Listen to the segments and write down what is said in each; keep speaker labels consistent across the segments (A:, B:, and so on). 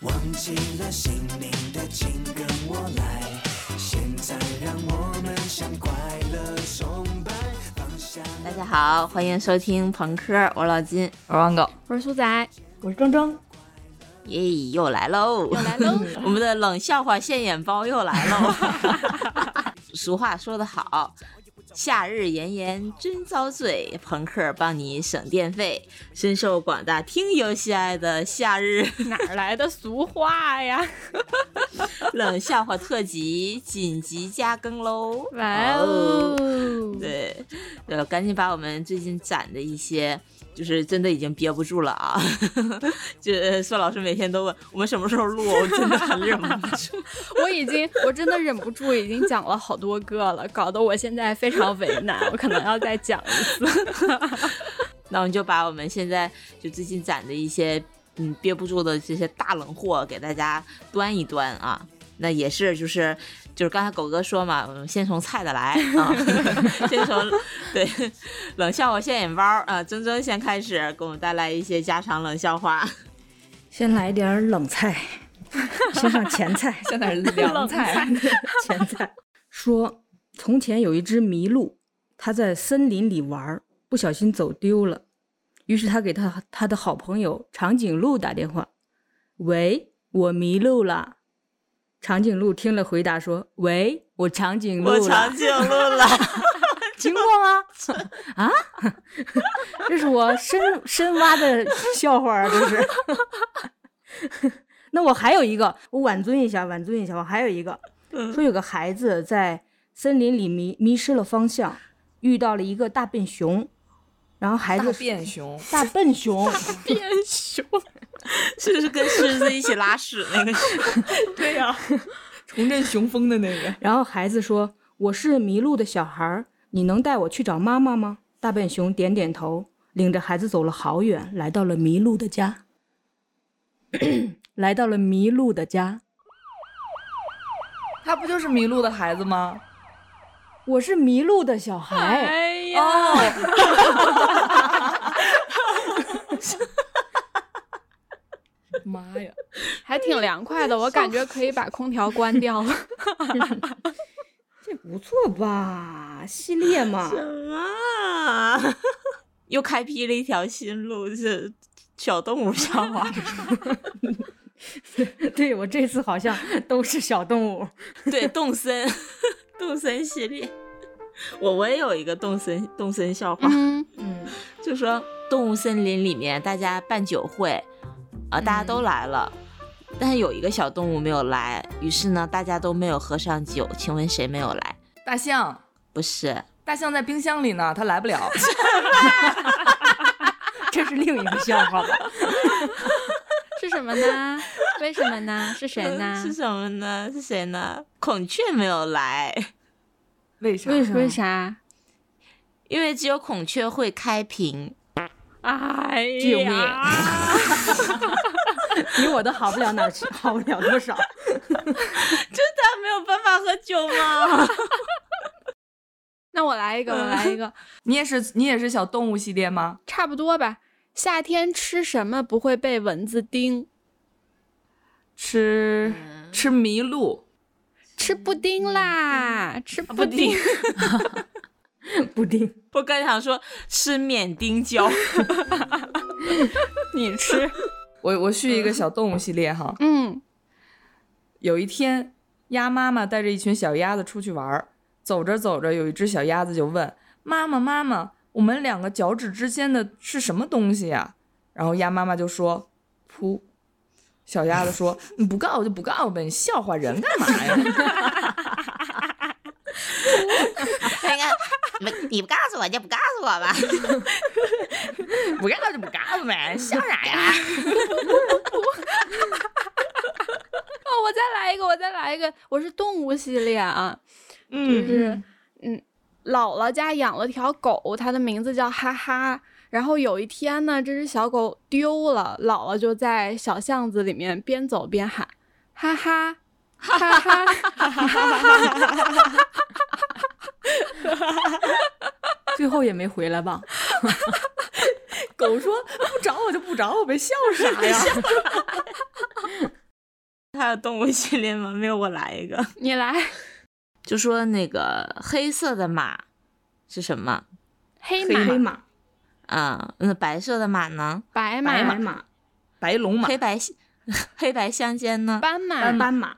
A: 忘记了姓名的，请跟我来。现在让我们向快乐崇拜，放下。
B: 大家好，欢迎收听朋克，我老金，
C: 我王狗，
D: 我是苏仔，
E: 我是铮铮，
B: 耶，又来喽，
D: 又来喽，
B: 我们的冷笑话现眼包又来喽。 俗话说得好，夏日炎炎真遭罪，朋克帮你省电费。深受广大听友喜爱的夏日
D: 哪儿来的俗话呀？
B: 冷笑话特辑紧急加更喽！
D: 哇哦，
B: 对，呃，赶紧把我们最近攒的一些，就是真的已经憋不住了啊！ 就是呃宋老师每天都问我们什么时候录，我真的很忍不住。
D: 我已经，我真的忍不住，已经讲了好多个了，搞得我现在非常为难，我可能要再讲一次。
B: 那我们就把我们现在就最近攒的一些嗯憋不住的这些大冷货给大家端一端啊。那也是就是就是刚才狗哥说嘛，我们先从菜的来啊， 先从对冷笑话现眼包啊，铮铮先开始给我们带来一些家常冷笑话。
E: 先来点儿冷 菜，先上前菜，
C: 像点凉菜，
E: 前菜。说，从前有一只麋鹿，它在森林里玩儿，不小心走丢了，于是他给他他的好朋友长颈鹿打电话：“喂，我迷路了。”长颈鹿听了回答说：“喂，我长颈鹿
B: 我
E: 了。”
B: 长颈鹿了，
E: 经过吗？ 啊，这是我深深挖的笑话啊，这是。 那我还有一个，我挽尊一下，挽尊一下，我还有一个，
C: 嗯
E: 说有个孩子在森林里迷迷失了方向，遇到了一个大笨熊，然后孩
C: 大
E: 子
C: 变熊，
E: 大笨熊，
D: 变熊，
B: 是不是跟狮子一起拉屎那个？
D: 对呀、
C: 重振雄风的那个。
E: 然后孩子说：“我是迷路的小孩儿，你能带我去找妈妈吗？”大笨熊点点头，领着孩子走了好远，来到了迷路的家。 来到了迷路的家，
C: 他不就是迷路的孩子吗？
E: 我是迷路的小孩。
D: 哎 呀，
C: 妈呀！
D: 还挺凉快 的，我感觉可以把空调关掉了。
E: 这不错吧？系列嘛，
B: 啊！又开辟了一条新路，是小动物笑话。
E: 对我这次好像都是小动物。
B: 对，动森， 动森系列。我我也有一个动森动森笑话，
D: 嗯，
E: 嗯，
B: 就说动物森林里面大家办酒会，啊，大家都
D: 嗯
B: 来了，但是有一个小动物没有来，于是呢，大家都没有喝上酒。请问谁没有来？
C: 大象，
B: 不是，
C: 大象在冰箱里呢，它来不了。
E: 这是另一个笑话吧？
D: 是什么呢？为什么呢？ 是谁呢？
B: 呃是什么呢？是谁呢？孔雀没有来，
C: 为 啥？
E: 为什么？
D: 为啥？
B: 因为只有孔雀会开屏。
D: 哎呀，
E: 救命比我的好不了哪儿去，好不了多少。
B: 他没有办法喝酒吗？
D: 那我来一个，我来一个，
C: 你也是你也是小动物系列吗？
D: 差不多吧。夏天吃什么不会被蚊子叮？
C: 吃吃麋鹿，
D: 吃布丁啦，吃布丁。
E: 布丁，
B: 我刚想说吃免丁 胶，
D: 你吃。
C: 我我续一个小动物系列哈。
D: 嗯，
C: 有一天，鸭妈妈带着一群小鸭子出去玩儿，走着走着，有一只小鸭子就问妈妈：“妈妈，我们两个脚趾之间的是什么东西呀、然后鸭妈妈就说：“噗。”小鸭子说：“你不告就不告呗，你笑话人干嘛呀
B: 那个你不告诉我就不告诉我吧。？”
C: 不告就不告 呗，笑啥呀？
D: 哦，我再来一个，我再来一个，我是动物系列啊，就
C: 嗯，
D: 是嗯，姥姥家养了条狗，它的名字叫哈哈。然后有一天呢，这只小狗丢了，姥姥就在小巷子里面边走边喊：“哈 哈，哈哈，哈哈哈哈哈哈
E: 最后也没回来 吧？
C: 狗说：“不找我就不找我呗，笑啥呀？”
B: 还有动物系列吗？没有，我来一个。
D: 你来，
B: 就说那个黑色的马是什么？
D: 黑
E: 黑
D: 马、
E: 黑马、
B: 嗯，那白色的马呢？
D: 白马、
E: 白马、
C: 白龙马
B: 黑白 黑白相间呢？
D: 斑马
E: 斑马、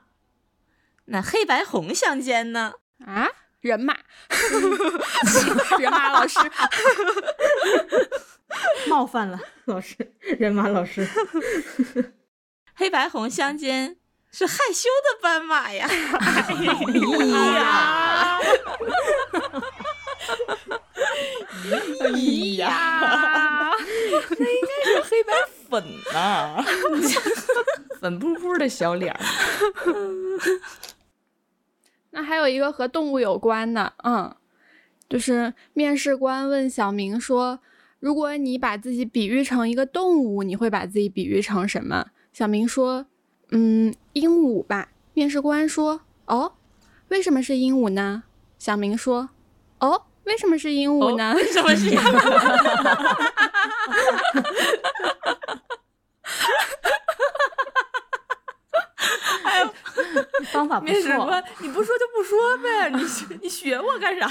B: 那黑白红相间呢？
D: 啊，人马， 人马老 师，
E: 冒犯了老师，人马老师，
B: 黑白红相间是害羞的斑马哎呀。哎
C: 咦呀，咦呀，那应该是黑白粉呐、 粉扑扑的小脸儿。
D: 那还有一个和动物有关的，嗯，就是面试官问小明说：“如果你把自己比喻成一个动物，你会把自己比喻成什么？”小明说：“嗯，鹦鹉吧。”面试官说：“哦，为什么是鹦鹉呢？”小明说：“哦，为什么是鹦鹉呢？”
B: 为什么是这样？
E: 方法不
C: 面试
E: 错
C: 官，，你不说就不说呗，你学你学我干啥？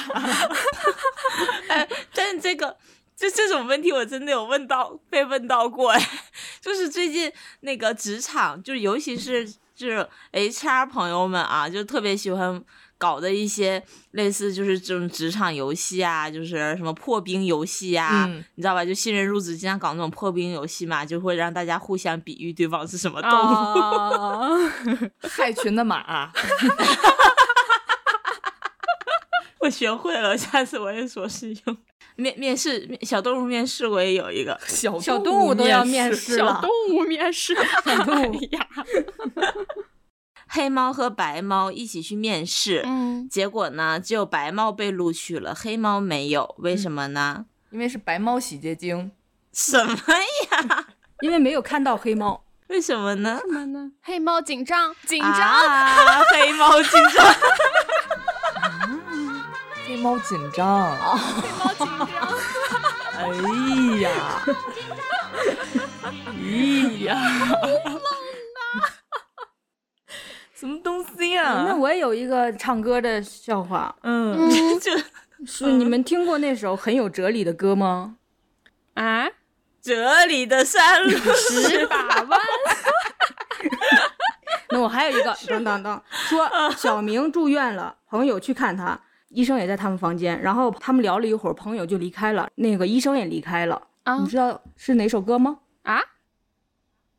B: 哎，但是这个就这种问题，我真的有问到被问到过，哎， 就是最近那个职场，就尤其是就是 HR 朋友们啊，就特别喜欢。搞的一些类似就是这种职场游戏啊，就是什么破冰游戏呀、啊，
C: 嗯
B: 你知道吧？就新人入职经常搞那种破冰游戏嘛，就会让大家互相比喻对方是什么动物。
D: 哦，
C: 啊 害群的马，
B: 我学会了，下次我也说适用。面面试面小动物面试我也有一个，
C: 小
E: 小
C: 动
E: 动物都要
C: 面
E: 面
C: 试。
E: 试
D: 小
E: 了
D: 动，物面试，
E: 小动
C: 哎
E: 物
D: 呀，
B: 黑猫和白猫一起去面试，
D: 嗯，
B: 结果呢，只有白猫被录取了，黑猫没有，为什么呢？
C: 因为是白猫洗洁精，
B: 什么呀？
E: 因为没有看到黑猫，
B: 为什么呢？
D: 什么呢？黑猫警长，警长。
B: 啊，黑猫警长。
C: 黑猫紧
E: 哦
C: 张。黑猫 紧张。哎 呀，咦呀， 什么东西
E: 那
C: 啊？
E: 我也有一个唱歌的笑话，
C: 嗯，
D: 嗯
B: 这
E: 是你们听过那首很有哲理的歌吗？
D: 啊，
B: 这里的山 路
D: 十把万，
E: 那我还有一个，等等等，说小明住院了，朋友去看他，医生也在他们房间，然后他们聊了一会儿，朋友就离开了，那个医生也离开了。
D: 啊
E: 你知道是哪首歌吗？
D: 啊，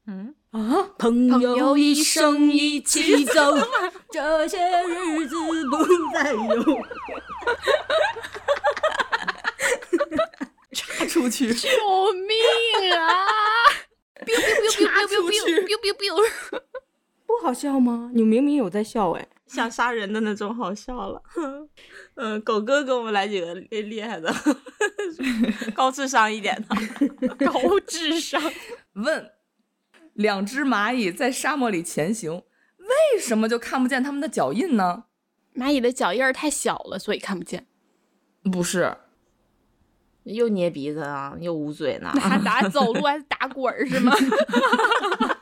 B: 嗯，
E: 啊，朋
D: 友一生
E: 一起走， 这些日子不再有。
C: 插出去，
D: 救命啊！biu biu biu biu biu biu biu biu biu，
E: 不好笑吗？你明明有在笑哎。
B: 想杀人的那种，好笑了。 嗯，狗哥给我们来几个厉厉害的， 高智商一点的。
D: 高智商，
C: 问：两只蚂蚁在沙漠里前行，为什么就看不见它们的脚印呢？
D: 蚂蚁的脚印儿太小了，所以看不见。
C: 不是，
B: 又捏鼻子啊，又捂嘴呢，
D: 还打走路还打滚儿 是吗？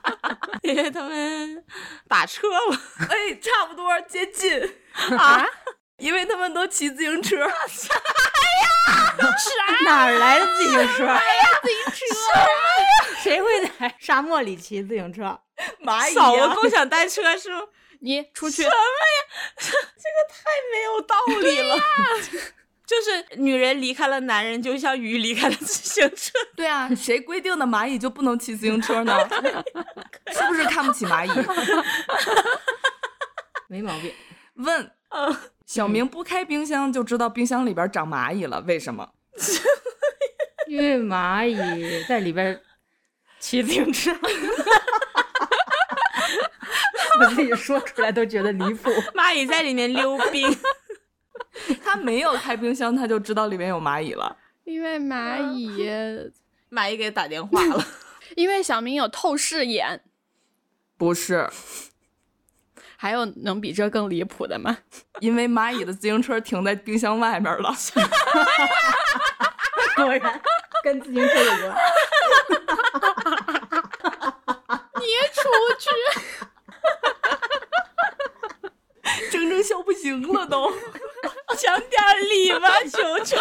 B: 因为他们打车了。
C: 哎，差不多接近，
D: 啊，
C: 因为他们都骑自行 车。 啊
E: 哪儿来的自行车？谁会在沙漠里骑自行车？
C: 蚂
B: 少
C: 蚁、
B: 个
C: 啊，
B: 共享单车是吗？
D: 你出去，
B: 没有道理了。 就是女人离开了男人，就像鱼离开了自行车。
C: 对 啊，谁规定的蚂蚁就不能骑自行车呢？ 是不是看不起蚂蚁？
E: 没毛病。
C: 问
B: 嗯，
C: 小明不开冰箱就知道冰箱里边长蚂蚁了，为什么？
E: 因为蚂蚁在里边骑自行车， 我自己说出来都觉得离谱。
B: 蚂蚁在里面溜冰，
C: 他没有开冰箱，他就知道里面有蚂蚁了。
D: 因为蚂蚁，
B: 蚂蚁给打电话了。
D: 因为小明有透视眼，
C: 不是，
D: 还有能比这更离谱的 吗？
C: 因为蚂蚁的自行车停在冰箱外边 了。
E: 果然跟自行车有关。
D: 你出去，
C: 行了都，
B: 讲点理 吧，求求。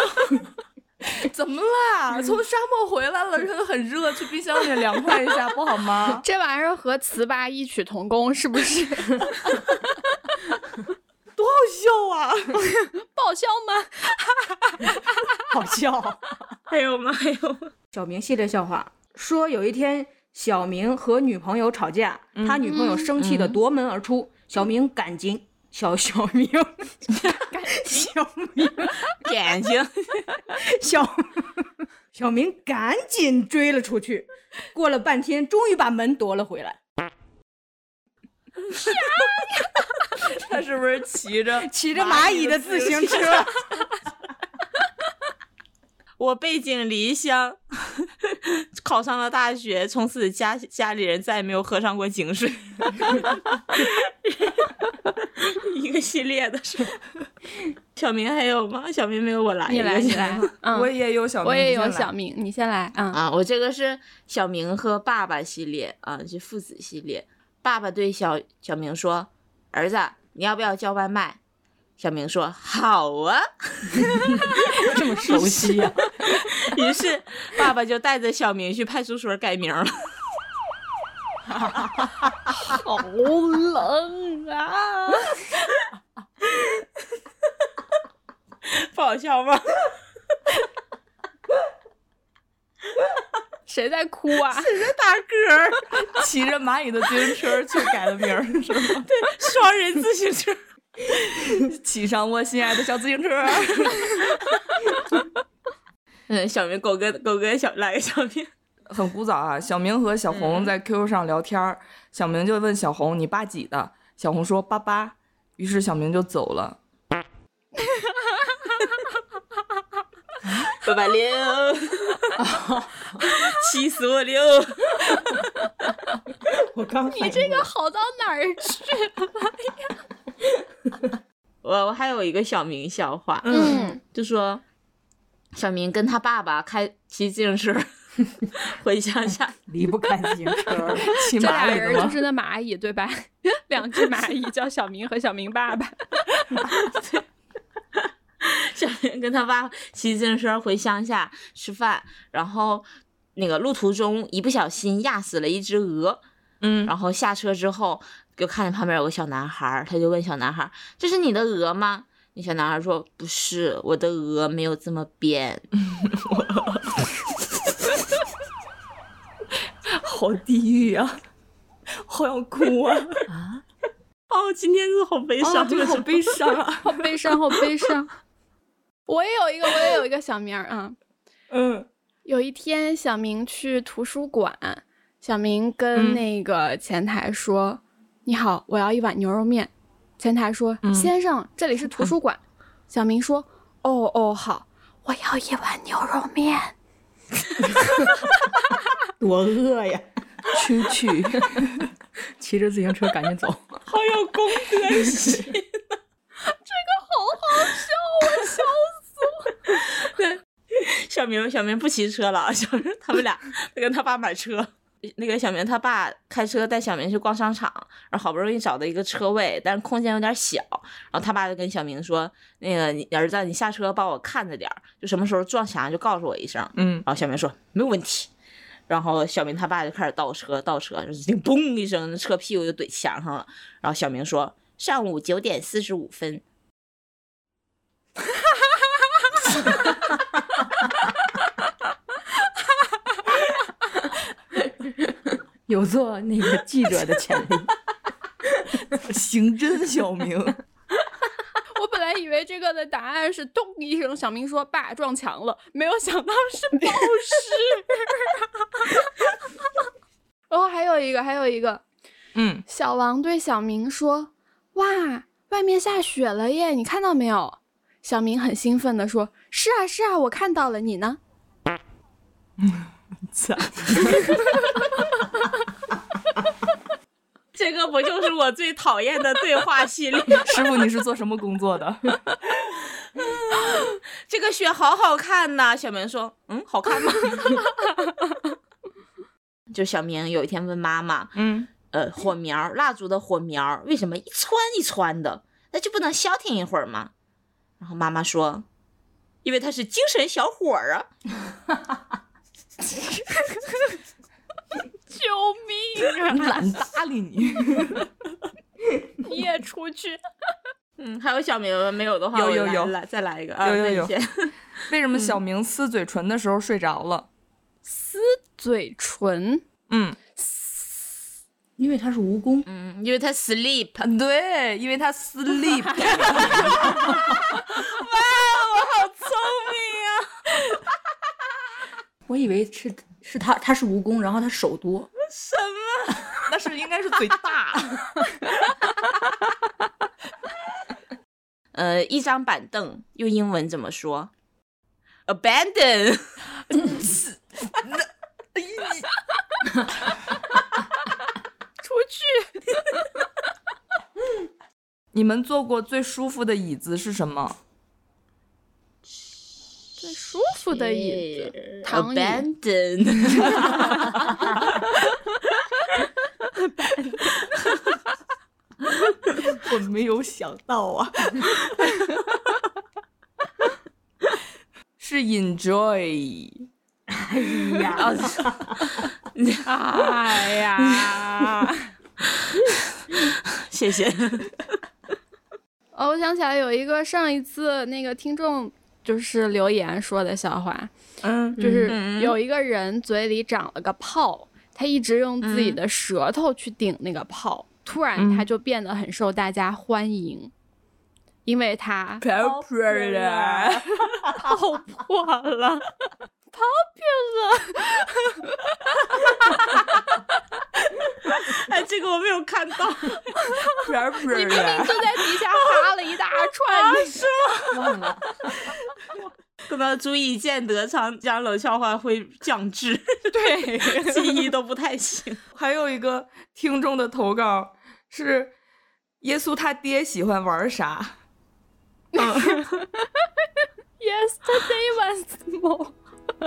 C: 怎么啦？从沙漠回来了，真的很热，去冰箱里凉快一 下不好吗？
D: 这玩意儿和糍粑异曲同工，是不是？
C: 多好笑啊！
D: 爆笑吗？
E: 好笑。
B: 哎呦妈呦！
E: 小明系列笑话，说有一天小明和女朋友吵架，他女朋友生气的夺门而出，小明赶紧小小 明 小明
B: 眼睛，
E: 小小明赶紧追了出去，过了半天终于把门夺了回来，
C: 他是不是骑着
E: 骑着蚂蚁的自行车？
B: 我背井离乡， 考上了大学，从此家家里人再也没有喝上过井水。 一个系列的是，小明还有吗？小明没有，我来一
D: 你
B: 个
D: 来，你
B: 先
D: 来。
C: 我
D: 嗯，
C: 也有小明，
D: 我也有
C: 你先来
D: 小明，你先来。嗯，
B: 啊，我这个是小明和爸爸系列啊，是父子系列。爸爸对小小明说：“儿子，你要不要叫外卖？”小明说：“好啊。”
E: 这么熟悉呀、
B: 于是爸爸就带着小明去派出所改名了。
D: 好冷啊！
B: 不好笑吗？
D: 谁在哭啊？
B: 大个儿，
C: 骑着蚂蚁的自行车去改了名儿，是吗？
B: 双人自行车。
C: 骑上我心爱的小自行车。
B: 嗯， 小明，狗哥，狗哥小来个小明。
C: 很古早啊，小明和小红在 QQ 上聊天儿，小明就问小红：“你爸几的？”小红说：“八八。”于是小明就走了。
B: 八八六， 气死我六！
E: 我刚
D: 你这个好到哪儿去？
B: 我我还有一个小明笑话，
D: 嗯，
B: 就说小明跟他爸爸开骑自行车 回乡下，
E: 离不开自行车，
C: 骑
D: 这俩
C: 蚂蚁
D: 人
C: 的
D: 就
C: 吗？
D: 是那蚂蚁，对吧？ 两只蚂蚁叫小明和小明爸爸。
B: 小明跟他爸骑自行车回乡下吃饭，然后那个路途中一不小心压死了一只鹅，
C: 嗯，
B: 然后下车之后，就看见旁边有个小男孩儿，他就问小男孩儿：“这是你的鹅吗？”那小男孩儿说：“不是，我的鹅没有这么扁。
C: 好地狱啊！好想哭啊！”
B: 哦，今天是好悲
E: 哦
C: 啊，这个好悲伤啊！
D: 好悲伤，好悲伤。 我也有一个，我也有一个小名儿啊。
C: 嗯，
D: 有一天，小明去图书馆，小明跟那个前台说：“你好，我要一碗牛肉面。”前台说：“先生，这里是图书馆。小明说：“哦哦，好，我要一碗牛肉面。
E: 多饿 呀！
C: 出去，
E: 骑着自行车赶紧走。
B: 好有功德心。小明，小明不骑车了， 小明他们俩他跟他爸买车。那个小明他爸开车带小明去逛商场，然后好不容易找到一个车位，但是空间有点小，然后他爸就跟小明说：“那个你儿子，你下车帮我看着点儿，就什么时候撞墙就告诉我一声。”
C: 嗯，
B: 然后小明说没有问题，然后小明他爸就开始倒车，倒车，就嘣一声，那车屁股就怼墙上了。然后小明说上午九点四十五分，
E: 有做那个记者的 潜力，
C: 刑侦小明，
D: 我本来以为这个的答案是咚一声，小明说：“爸，撞墙了。”没有想到 是暴尸。然后还有一个，还有一个，
C: 嗯，
D: 小王对小明说：“哇，外面下雪了耶，你看到没有？”小明很兴奋地说：“是啊，是啊，我看到了，你呢
C: 惨，
B: 这个不就是我最讨厌的对话系列？
C: 师傅你是做什么工作的？
B: 这个雪好好看呐、小明说：“嗯，好看吗？” 就小明有一天问妈妈
C: 嗯，：“
B: 呃，火苗蜡烛的火苗为什么一串一串的？那就不能消停一会儿吗？然后妈妈说，因为他是精神小伙儿啊。
D: 救命啊！
C: 懒得搭理你。
D: 你也出去。
B: 嗯，还有小明没有的话，
C: 有
B: 我
C: 有
B: 来
C: 有
B: 来再来一个啊，
C: 有有
B: 那你
C: 有
B: 先
C: 为什么小明撕嘴唇的时候睡着了？
D: 嘴唇，
C: 嗯，
E: 因为他是蜈蚣，
B: 嗯，因为他 sleep，
C: 对，因为他 sleep。
E: 我以为是是他，他是蜈蚣，然后他手多，
C: 那是应该是嘴 大。
B: 呃，一张板凳用英文怎么说？abandon，
C: 你们坐过最舒服的椅子是什么？
D: 最舒服的椅 子，躺椅
B: ，abandon，
E: 我没有想到啊。
C: 是 enjoy。
E: 哎呀，
D: 哎 呀，
B: 谢 谢。
D: 哦，我想起来有一个上一次那个听众就是留言说的笑话，
C: 嗯，
D: 就是有一个人嘴里长了个泡，他一直用自己的舌头去顶那个泡，突然他就变得很受大家欢迎，因为他
C: 漂漂 亮。
D: 泡破了。
B: 哎，这个我没有看到。
C: 漂漂
D: 你明明
C: 亮。
D: 就在底下哈了一 大串，是
E: 忘了，
B: 可能足以见得长江冷笑话会降智，
D: 对，
B: 记忆都不太行。
C: 还有一个听众的投稿是耶稣他爹喜欢玩啥？
D: Yesterday once more，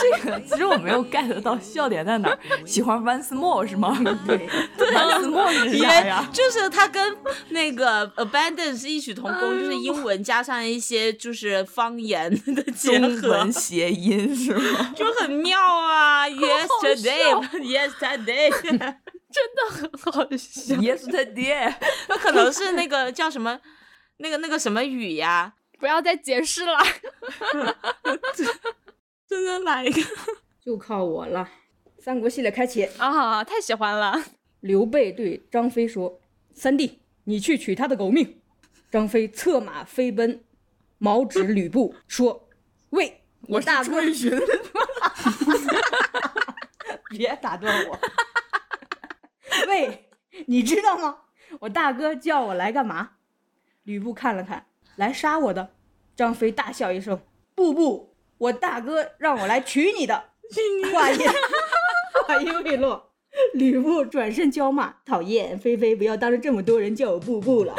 C: 这个其实我没有 get 到笑点在哪 儿。喜欢 once more 是吗？
E: 对，
C: ，once more 是啥
B: 也
C: 呀？
B: 就是它跟那个 abandon 是异曲同工，就是英文加上一些就是方言的结
C: 中
B: 合
C: 文，谐音是吗？
B: 就很妙 啊。Yesterday，yesterday，
D: 真的很好笑。
C: 耶稣他爹。
B: 那可能是那个叫什么，那个那个什么语呀？
D: 不要再解释了，
B: 真的来一个。
E: 就靠我了。三国系列开启，
D: 啊，太喜欢了。
E: 刘备对张飞说：“三弟，你去取他的狗命。”张飞策马飞奔，毛指吕布说：“喂，我大哥，
C: 巡，
E: 别打断我。喂，你知道吗？我大哥叫我来干嘛？”吕布看了看，来杀我的。张飞大笑一声：“不不，我大哥让我来娶你的。”话音话音未落，吕布转身叫骂：“讨厌，菲菲，不要当着这么多人叫我布布了。”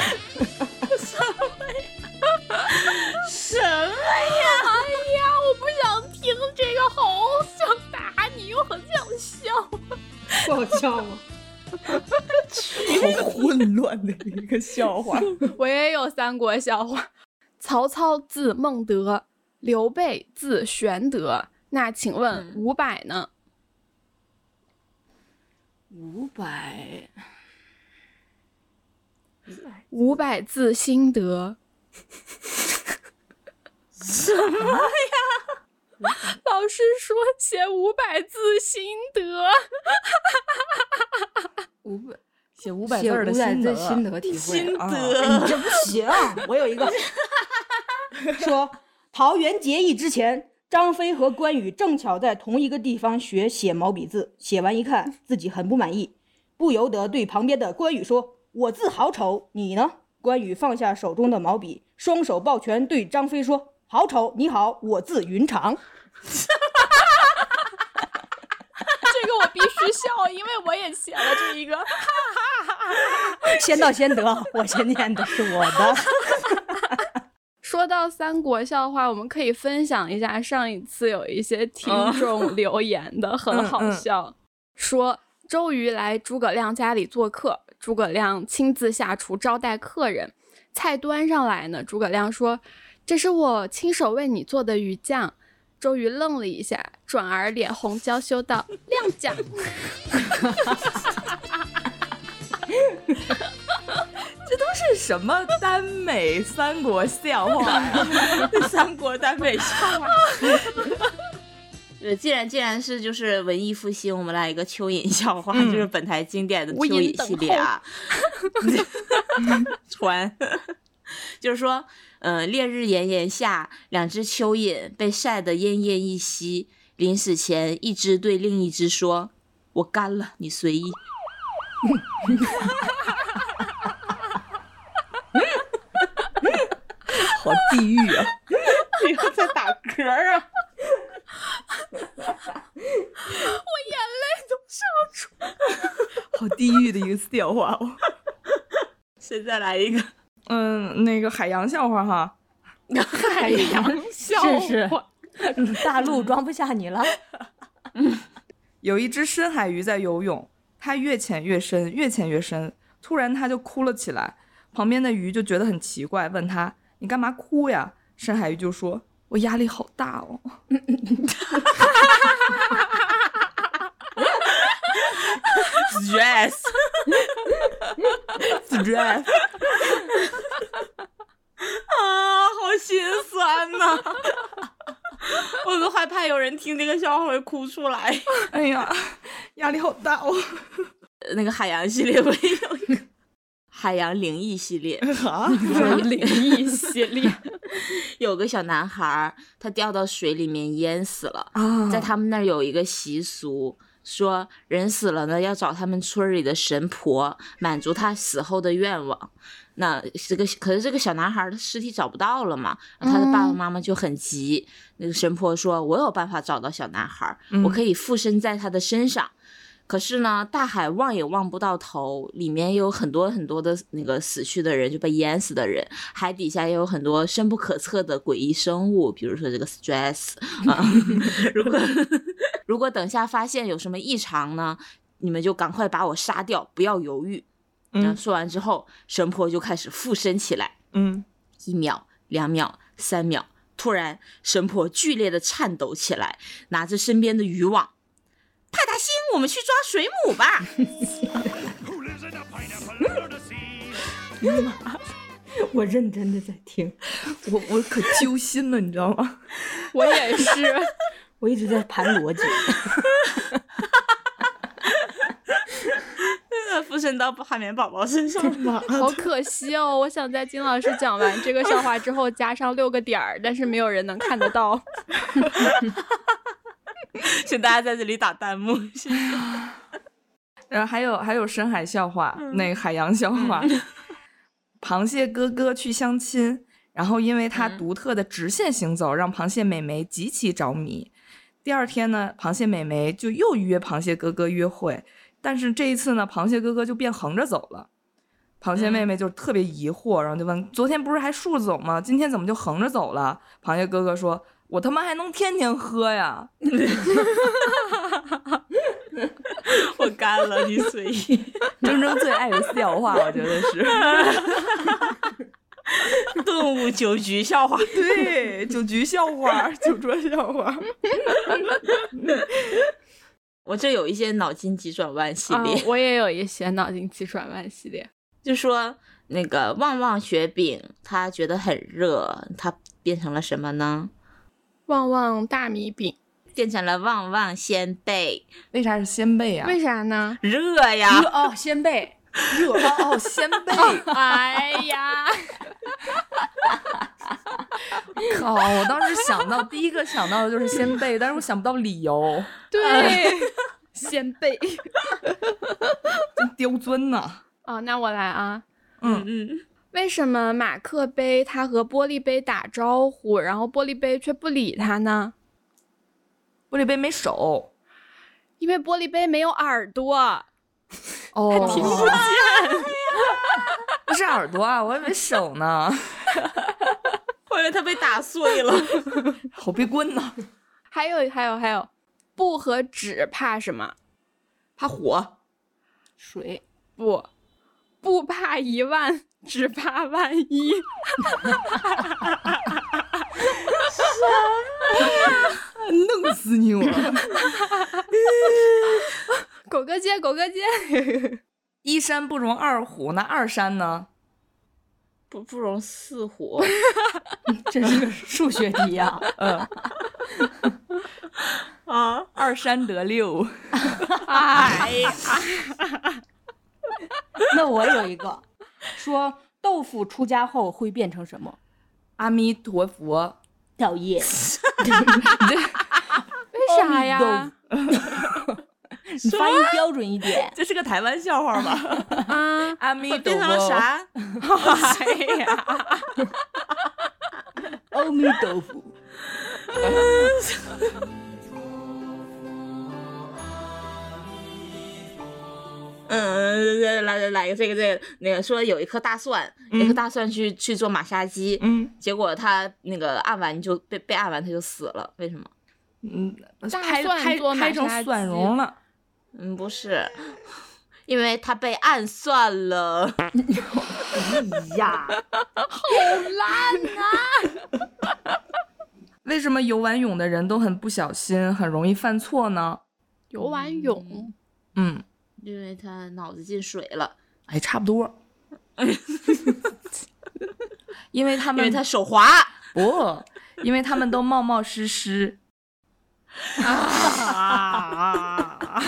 B: 什么？
D: 哎呀，我不想听这个，好 想打你，又很想笑。
E: 不好笑吗？
C: 好混乱的一个笑话。
D: 我也有三国笑话。曹操字孟德，刘备字玄德。那请问伍佰呢？
C: 五百
D: 伍佰字新德。什么呀？ 老师说写五百字心得，
C: 五百写五百字儿的心得，
E: 得体
B: 心
C: 啊
B: 得
E: 哎你这不行，我有一个说，桃园结义之前，张飞和关羽正巧在同一个地方学写毛笔字，写完一看自己很不满意，不由得对旁边的关羽说：“我字好丑，你呢？”关羽放下手中的毛笔，双手抱拳对张飞说：“好丑，你好，我字云长。
D: 这个我必须笑，因为我也写了这一个。
E: 先到先得，我先念的是我的。
D: 说到三国笑话，我们可以分享一哦 嗯下上一次有一些听众留言的，很好笑，说周瑜来诸葛亮家里做客，诸葛亮亲自下厨招待客人。菜端上来呢，诸葛亮说：“这是我亲手为你做的鱼酱。”周瑜愣了一下，转而脸红娇羞道：“亮酱。
C: 这什么耽美三国笑话呀？
B: 三国耽美笑话。 对，既然既然是就是文艺复兴，我们来一个蚯蚓笑话，
C: 嗯
B: 就是本台经典的
D: 无
B: 蚯
D: 垠
B: 蚓
D: 等
B: 系列啊。 传，就是说，呃，烈日炎炎下，两只蚯蚓被晒得奄奄一息，临死前，一只对另一只说：“我干了，你随意。”
C: 好地 狱啊！
B: 不要再打嗝啊！
C: 好地狱的一个笑话哦。
B: 现在来一个，啊
C: 嗯，那个海洋笑话 哈，
E: 海洋 笑是是，大陆装不下你了。
C: 有一只深海鱼在游泳，它越潜越深，越潜越深，突然它就哭了起来。旁边的鱼就觉得很奇怪，问他：“你干嘛哭呀？”深海鱼就说：“我压力好大哦。
B: Yes，
C: ”stress。
B: 啊，好心酸呐、 我都害怕有人听这个笑话会哭出来。
C: 哎呀，压力好大哦。
B: 那个海洋系列，我也有一个海洋灵异系列。
C: 啊，
D: 灵异系列，
B: 有个小男孩儿，他掉到水里面淹死了。
D: 嗯
C: 啊
B: 在他们那儿有一个习俗，说人死了呢要找他们村儿里的神婆，满足他死后的愿望。那这个可是这个小男孩儿的尸体找不到了嘛，他的爸爸妈妈就很急。那个神婆说：“我有办法找到小男孩儿，我可以附身在他的身上。可是呢，大海望也望不到头，里面有很多很多的那个死去的人，就被淹死的人，海底下也有很多深不可测的诡异生物，比如说这个 stress 啊。 如果如果等下发现有什么异常呢，你们就赶快把我杀掉，不要犹豫。
C: 嗯
B: 那说完之后，神婆就开始附身起来，
C: 嗯，
B: 一秒、两秒、三秒，突然神婆剧烈的颤抖起来，拿着身边的渔网。派大星，我们去抓水母吧！
E: 我认真的在 听，
C: 我我可揪心了，你知道吗？
D: 我也是。
E: 我一直在盘逻 辑。
B: 附身到海绵宝宝身上了。
D: 好可惜哦！我想在金老师讲完这个笑话之后加上六个点儿，但是没有人能看得到。
B: 请大家在这里打弹幕， 谢谢。
C: 然后还有还有深海笑话，那个海洋笑话， 螃蟹哥哥去相亲，然后因为它
B: 嗯
C: 独特的直线行走，让螃蟹美眉极其着迷。第二天呢，螃蟹美眉就又约螃蟹哥哥约会，但是这一次呢，螃蟹哥哥就变横着走了。螃蟹妹妹就特别疑惑，然后就问：“昨天不是还竖着走吗？今天怎么就横着走了？”螃蟹哥哥说：“我他妈还能天天喝呀！”
B: 我干了，你随意。
C: 铮铮最爱的笑话，我觉得是。
B: 顿悟酒局笑话，
C: 对，酒局笑话，酒桌笑话。
B: 我这有一些脑筋急转弯系列，
D: 啊我也有一些脑筋急转弯系列。
B: 就说那个旺旺雪饼，它觉得很热，它变成了什么呢？
D: 旺旺大米饼，
B: 变成了旺旺仙贝，？
C: 为啥是先辈啊呀、
D: 为啥呢
B: 热呀！
E: 哦，先辈，
C: 热哦，先辈，
D: 哎呀，
C: 靠！我当时想到第一个想到的就是先辈，但是我想不到理由，
D: 对，先辈。
C: 真刁钻呐。
D: 哦，那我来啊。
C: 嗯
B: 嗯，
D: 为什么马克杯他和玻璃杯打招呼，然后玻璃杯却不理他呢？
C: 玻璃杯没手，
D: 因为玻璃杯没有耳朵。
C: 哦，听不见。不是耳朵啊，我以为手呢，
B: 我以为它被打碎了。
C: 好被棍呐，
D: 还有，还有，还有，不和纸怕什么？
C: 怕火。
F: 水。
D: 不，不怕一万，只怕万一。
C: 哎弄死你我！
D: 狗哥接，狗哥接。
C: 一山不容二虎，那二山呢？
B: 不不容四虎，
E: 这是个数学题 呀、
C: 嗯，
B: 啊，
C: 二山得六。
D: 哎呀，
E: 那我有一个，说豆腐出家后会变成什么？
C: 阿弥陀佛，
E: 讨厌，
D: 为啥呀？
E: 你发音标准一点。
B: 这是个台湾笑话吧？
D: 啊，
C: 阿弥
B: 会
C: 陀
B: 变成了
C: 佛，
B: 啥？哎呀，
E: 阿弥豆腐。
B: 嗯，来来来，一个这个这个那个说有一颗大蒜，有一颗大蒜去去做马杀鸡，
C: 嗯
B: 结果他那个按完就被被按完他就死了，为什么？
C: 嗯，
D: 大
C: 拍
D: 蒜
C: 拍
D: 做马
C: 拍成
D: 杀
C: 蒜
D: 鸡
C: 蓉了。
B: 嗯，不是，因为他被暗算 了。哎
E: 呀，
D: 啊
C: 为什么游完泳的人都很不小心，很容易犯错呢？
D: 游完泳，
C: 嗯，
B: 因为他脑子进水了，
C: 哎，差不多。因为他
B: 因
C: 们
B: 为他手滑。
C: 不，因为他们都冒冒失失。
B: 啊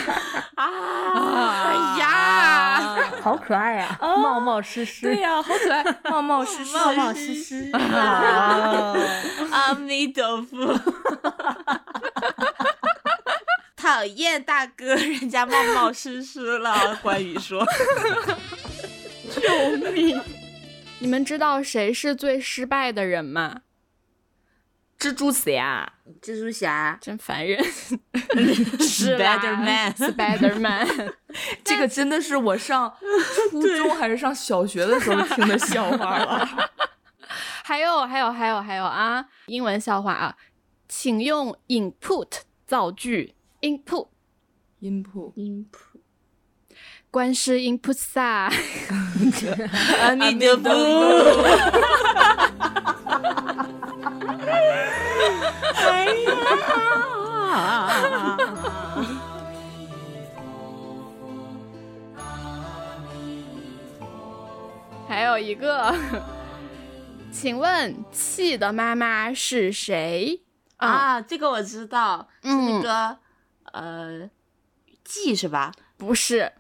B: 哎呀，
E: 好可爱呀、冒冒失失。
C: 对呀、好可爱， 冒冒失失。
E: 冒冒失 失，
B: 啊阿弥陀佛。 讨厌大哥，人家冒冒失失了。关羽说，
D: 你们知道谁是最失败的人吗？
C: 蜘蛛侠，
B: 蜘蛛侠
D: 真烦 人。
B: 是 Spider-Man，
D: Spiderman，
C: 这个真的是我上初中还是上小学的时候听的笑话了。
D: 还有还有还有还有啊，英文笑话啊，请用 input 造句，input
C: 音谱，
D: 观世音菩萨，
B: 阿弥陀佛。 哎嗯
D: 还有一个，请问气的妈妈是谁？
B: 啊，这个我知道，是那
D: 嗯
B: 个、呃季是吧？
D: 不是，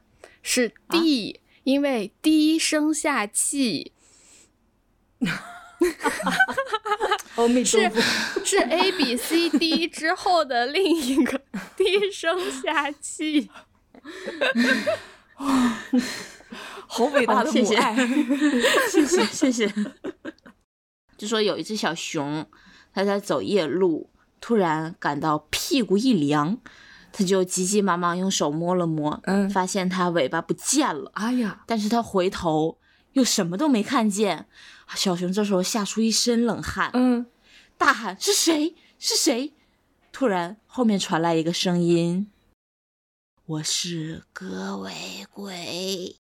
D: 是地，因为低声下气
E: 阿弥
D: 是是 A B C D 之后的另一个低声下气。
C: 好伟大
B: 好，
C: 的
B: 哦谢
C: 母
B: 谢
C: 爱。，
B: 谢谢，谢谢。 就说有一只小熊，它在走夜路，突然感到屁股一凉，它就急急忙忙用手摸了摸，
C: 嗯
B: 发现它尾巴不见了，
C: 哎呀，
B: 但是它回头又什么都没看见。小熊这时候吓出一身冷汗，
C: 嗯，
B: 大喊：“是谁？是谁？”突然，后面传来一个声音：“我是葛尾鬼。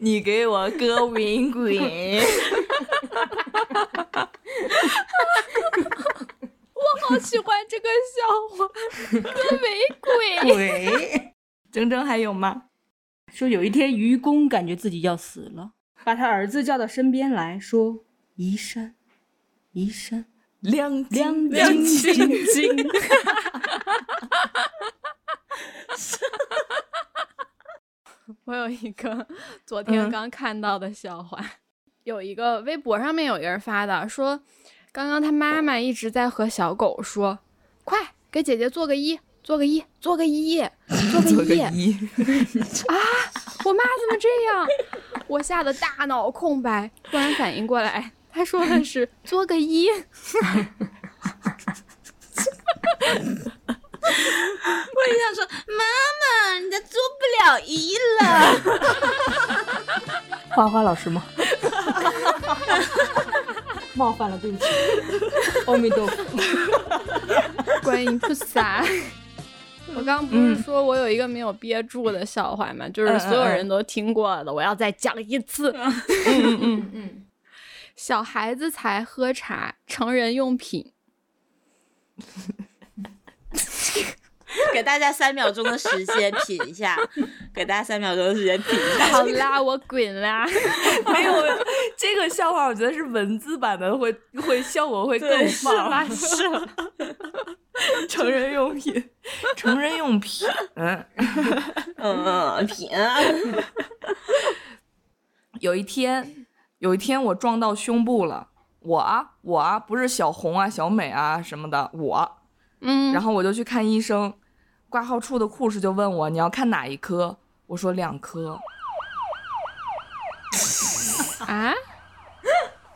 C: 你给我哥滚滚！
D: 好喜欢这个笑话， 跟没鬼。
C: 滚！ 铮铮还有吗？
E: 说有一天愚公感觉自己要死了，把他儿子叫到身边来说：“移山，移山，
C: 亮
E: 亮
C: 亮
E: 晶
C: 晶
E: 晶。
D: 我有一个昨天刚看到的笑话，有一个微博上面有一个人发的，说刚刚他妈妈一直在和小狗说：“快给姐姐做个一，做个一，做个一， 做个一。
C: 做个一。
D: 我妈怎么这样？ 我吓得大脑空白，突然反应过来，她说的是做个一。
B: 我就想说：“妈妈，你咋做不了一了
E: 花花老师吗？”冒犯了，对不起。阿弥陀佛。
D: 观音菩萨。我刚刚不是说我有一个没有憋住的笑话嘛，就是所有人都听过的，我要再讲一次。
E: 嗯嗯，
D: 小孩子才喝茶，成人用品。
B: 给大家三秒钟的时间品一 下，给大家三秒钟的时间品一下。
D: 好啦，我滚啦！
C: 没有这个笑话，我觉得是文字版的会会效果会更棒，是吗？是成人用品， 成人用品，嗯。
B: 嗯嗯，品。
C: 有一天，有一天我撞到胸部了，我啊我啊不是小红啊小美啊什么的，我。
D: 嗯，
C: 然后我就去看医生，挂号处的护士就问我你要看哪一科，我说两 科。
D: 啊，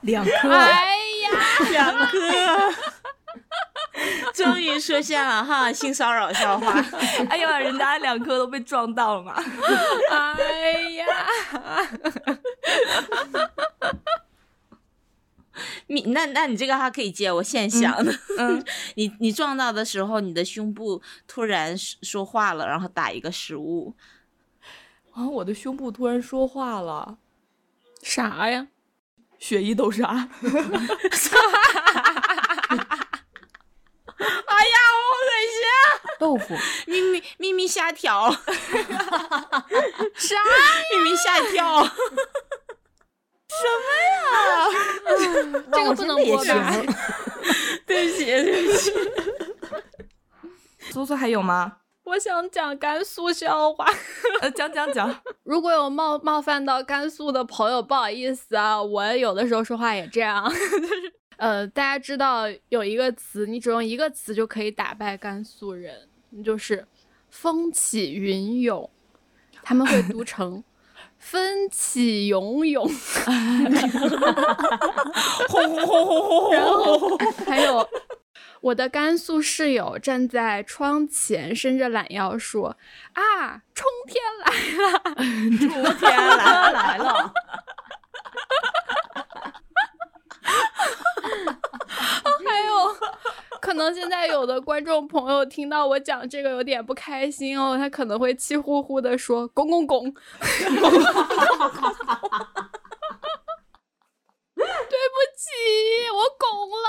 E: 两颗。
D: 哎呀，
B: 两个，终于出现了哈性骚扰笑 话。
C: 哎呀，人家两科都被撞到了嘛。
D: 哎呀，
B: 你那那你这个还可以接，我现想的。
C: 嗯，
B: 你你撞到的时候，你的胸部突然说说话了，然后打一个失误。
C: 啊，我的胸部突然说话了，
D: 啥呀？
C: 血一豆沙。
B: 哎呀，好
E: 豆腐。
B: 恶心！咪咪咪咪吓 条，
D: 啥？
B: 咪咪吓跳。
D: 这个不能播吧？
B: 对不起，对不起。
C: 苏苏还有吗？
D: 我想讲甘肃笑话。
C: 呃，讲讲讲。
D: 如果有冒冒犯到甘肃的朋友，不好意思啊，我有的时候说话也这样， 就是呃，大家知道有一个词，你只用一个词就可以打败甘肃人，就是风起云涌，他们会读成风起涌涌，
B: 轰轰轰轰轰
D: 然
B: 轰！
D: 后 还有我的甘肃室友站在窗前伸着懒腰说啊，冲天来。
B: 我天来了来了！
D: 还有，可能现在有的观众朋友听到我讲这个有点不开心哦，他可能会气呼呼的说“拱拱拱”，对不起，我拱了。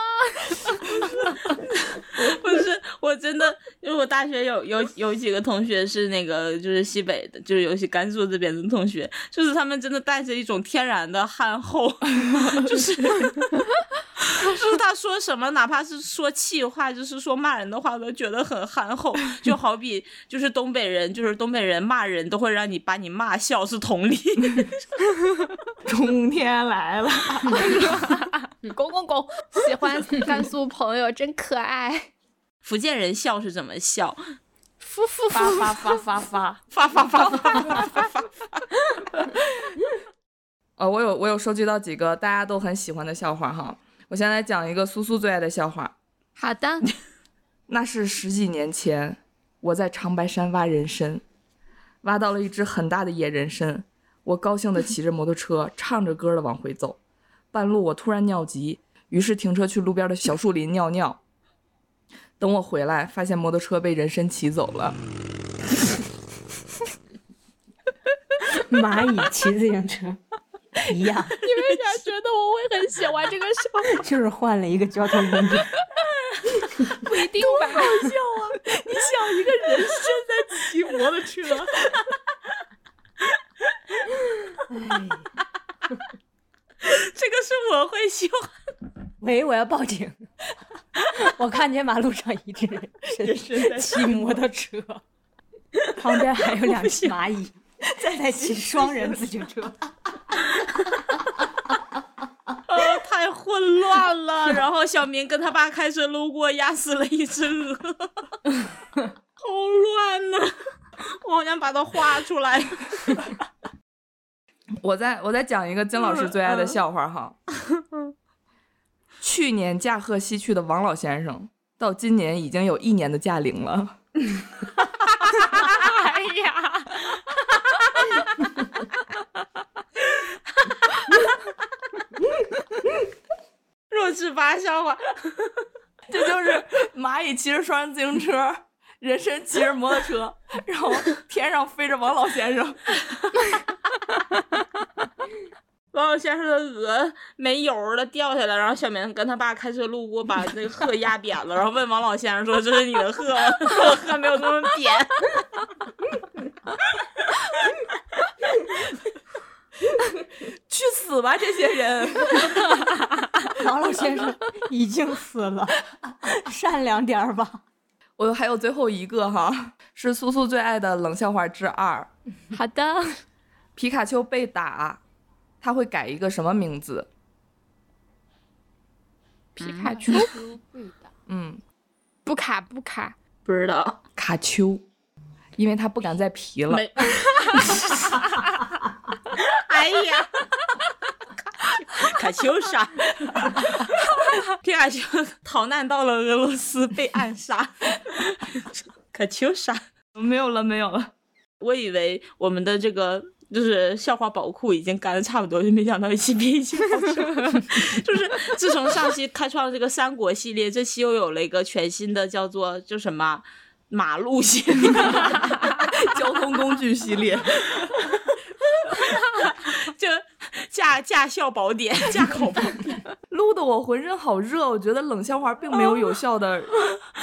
B: 不是，我真的，因为我大学有有有几个同学是那个，就是西北的，就是尤其甘肃这边的同学，就是他们真的带着一种天然的憨厚，就是就是他说什么，哪怕是说气话，就是说骂人的话，都觉得很憨厚，就好比就是东北人，就是东北人骂人都会让你把你骂笑，是同理。
C: 冬天来了，
D: 拱拱拱，喜欢甘肃朋友真可爱，
B: 福建人笑是怎么笑？
D: 夫妇夫
C: 发发发发发。
B: 发发发发发发发。
C: 呃，我有我有收集到几个大家都很喜欢的笑话哈。我先来讲一个苏苏最爱的笑话，
D: 好的，
C: 那是十几年前，我在长白山挖人参，挖到了一只很大的野人参。我高兴地骑着摩托车，唱着歌儿地往回走。半路我突然尿急，于是停车去路边的小树林尿尿。等我回来，发现摩托车被人参骑走了。
E: 蚂蚁骑自行车一样，
D: 你为啥觉得我会很喜欢这个笑话？
E: 就是换了一个交通工具。
D: 不一定吧？
C: 你想一个人参在骑摩托车？
B: 这个是我会笑。
E: 喂，我要报警！我看见马路上一只人在骑摩托车，旁边还有 两只蚂蚁在骑双人自行 车。
B: 呃，太混乱了。然后小明跟他爸开车路过，压死了一只鹅，好乱呐、我好想把它画出来。
C: 我再我再讲一个金老师最爱的笑话哈。去年驾鹤西去的王老先生，到今年已经有一年的驾龄了。
D: 哎呀，
B: 若啥笑话？
C: 这就是蚂蚁骑着双人自行车，人参骑着摩托车，然后天上飞着王老先生。
B: 王小先生的鹅没油了，掉下来，然后小明跟他爸开车路过，把那个鹤压扁了，然后问王老先生说：“这是你的鹤吗？ 鹤没有那么扁。”
C: 去死吧，这些人！
E: 王老先生已经死 了，善良点儿 吧。
C: 我还有最后一个哈，是苏苏最爱的冷笑话之二。
D: 好的，
C: 皮卡丘被打，他会改一个什么名字？
D: 皮卡丘
C: 嗯，
D: 不卡不卡，
B: 不知道，
C: 卡丘，因为他不敢再皮了。
B: 没。哎呀，卡丘傻，皮卡丘逃难到了俄罗斯，被暗杀。卡丘傻，
C: 没有了，没有了。
B: 我以为我们的这个就是笑话宝库已经干的差不多，就没想到一期比一期好笑。 就是自从上期开创了这个三国系列，这期又有了一个全新的，叫做就什么马路系列，
C: 交通工具系列，
B: 就驾驾校宝典、 驾考宝典。
C: 撸得我浑身好热。我觉得冷笑话并没有有效的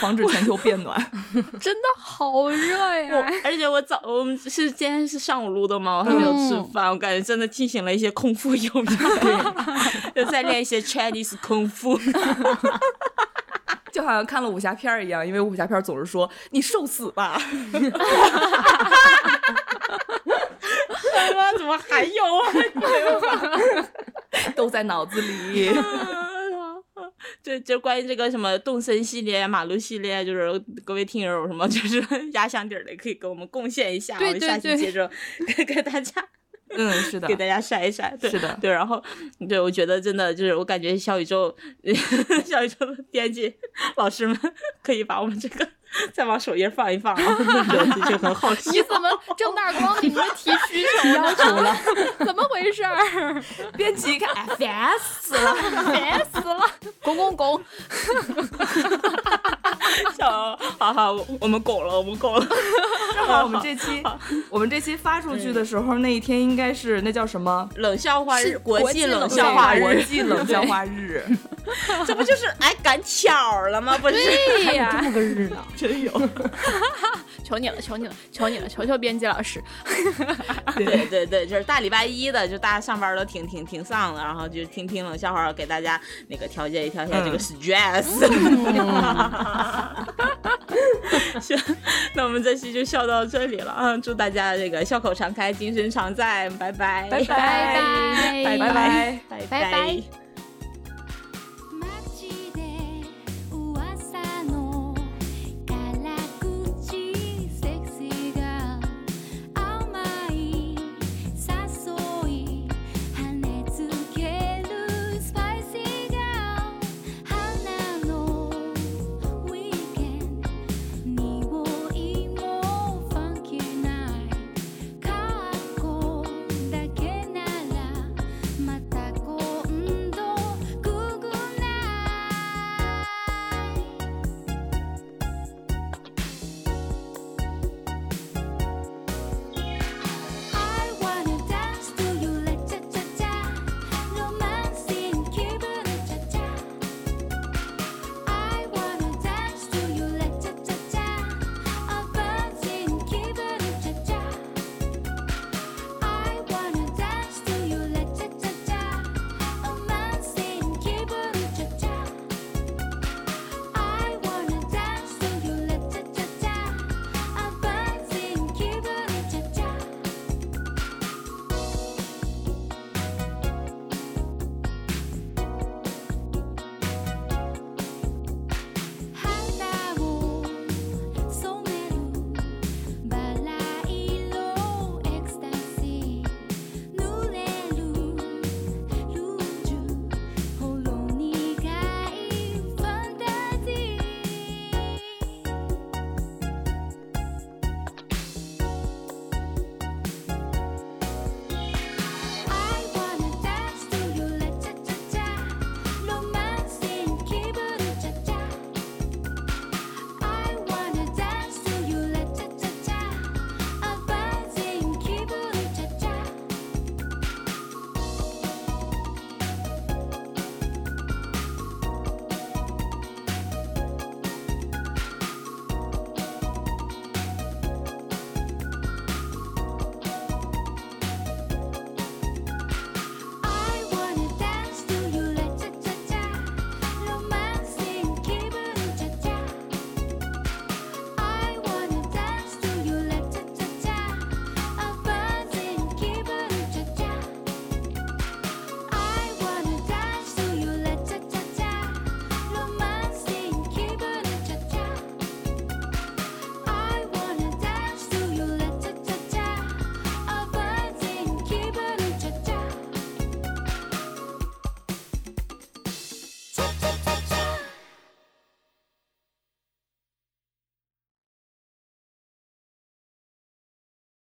C: 防止全球变暖。
D: 真的好热
B: 我
D: 呀！
B: 而且我早我们是今天是上午录的嘛，我还没有吃饭，我感觉真的进行了一些空腹有 氧，就在练一些 Chinese 空 腹。
C: 就好像看了武侠片儿一样，因为武侠片儿总是说你受死吧，
B: 他 妈怎么还有 啊？
C: 都在脑子里。
B: 就就关于这个什么动森系列、马路系列，就是各位听友有什么就是 压箱底儿的，可以给我们贡献一下，
D: 对
B: 我们下
D: 对
B: 期
D: 对
B: 接着 给给大家
C: 嗯，是的
B: 给，大家晒一晒。对
C: 是的
B: 对，然后对我觉得真的就是我感觉小宇宙小宇宙的编辑老师们可以把我们这个再往首页放一放啊，就就很好笑。
D: 你怎么正大光明的提需求呢？ 怎么回事儿？
C: 编辑一看，哎烦死了。
D: 烦死了！拱拱 拱！
B: 笑？哈哈，我我们狗了，我们狗了。
C: 正好我们这期，我们这期发出去的时候，那一天应该是那叫什么？
B: 冷笑话日，
D: 是
B: 国
D: 国
B: 际
D: 际
B: 冷
D: 冷
B: 笑话
C: 国
B: 日，
C: 际冷 笑话日，
B: 这不就是哎赶巧了吗？不是。
D: 对
E: 有这
D: 哎呀，
E: 么个日呢？
C: 真有。
D: 求你了，求你了，求你了，求求编辑老师！
B: 对对对，就是大礼拜一的，就大家上班都挺挺挺丧的，然后就听听冷笑话，给大家那个调节一调节这个
C: 嗯
B: stress。行，那我们这期就笑到这里了啊！祝大家这个笑口常开，精神常在，拜拜，
C: 拜拜
D: 拜
C: 拜
D: 拜
B: 拜
C: 拜。
B: 拜
D: 拜拜